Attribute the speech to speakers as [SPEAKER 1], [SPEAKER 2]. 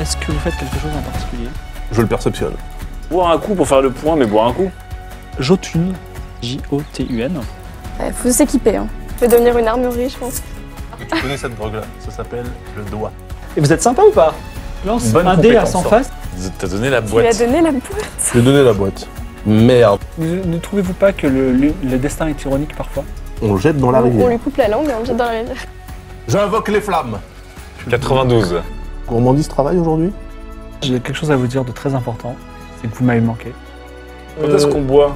[SPEAKER 1] Est-ce que vous faites quelque chose en particulier
[SPEAKER 2] Je le perceptionne.
[SPEAKER 3] Boire un coup pour faire le point, mais boire un coup.
[SPEAKER 1] Jotun, J-O-T-U-N.
[SPEAKER 4] Ouais, faut s'équiper. Hein. Je vais devenir une armurerie, je pense.
[SPEAKER 2] Tu connais cette drogue-là Ça s'appelle le doigt.
[SPEAKER 5] Et vous êtes sympa ou pas
[SPEAKER 1] Lance
[SPEAKER 2] Bonne
[SPEAKER 1] un dé à
[SPEAKER 2] compétence,
[SPEAKER 1] 100
[SPEAKER 2] ça.
[SPEAKER 1] faces.
[SPEAKER 3] T'as donné la
[SPEAKER 4] Tu lui as
[SPEAKER 3] boîte.
[SPEAKER 4] donné la boîte.
[SPEAKER 2] Je lui ai donné la boîte. Merde.
[SPEAKER 1] Ne, ne trouvez-vous pas que le, le- le destin est ironique parfois
[SPEAKER 2] On le jette dans
[SPEAKER 4] On,
[SPEAKER 2] la
[SPEAKER 4] on
[SPEAKER 2] rivière.
[SPEAKER 4] lui coupe la langue et on le jette dans la rivière.
[SPEAKER 2] J'invoque les flammes.
[SPEAKER 3] 92.
[SPEAKER 2] Gourmandise travaille aujourd'hui
[SPEAKER 1] J'ai quelque chose à vous dire de très important. C'est que vous m'avez manqué.
[SPEAKER 3] Quand est-ce qu'on boit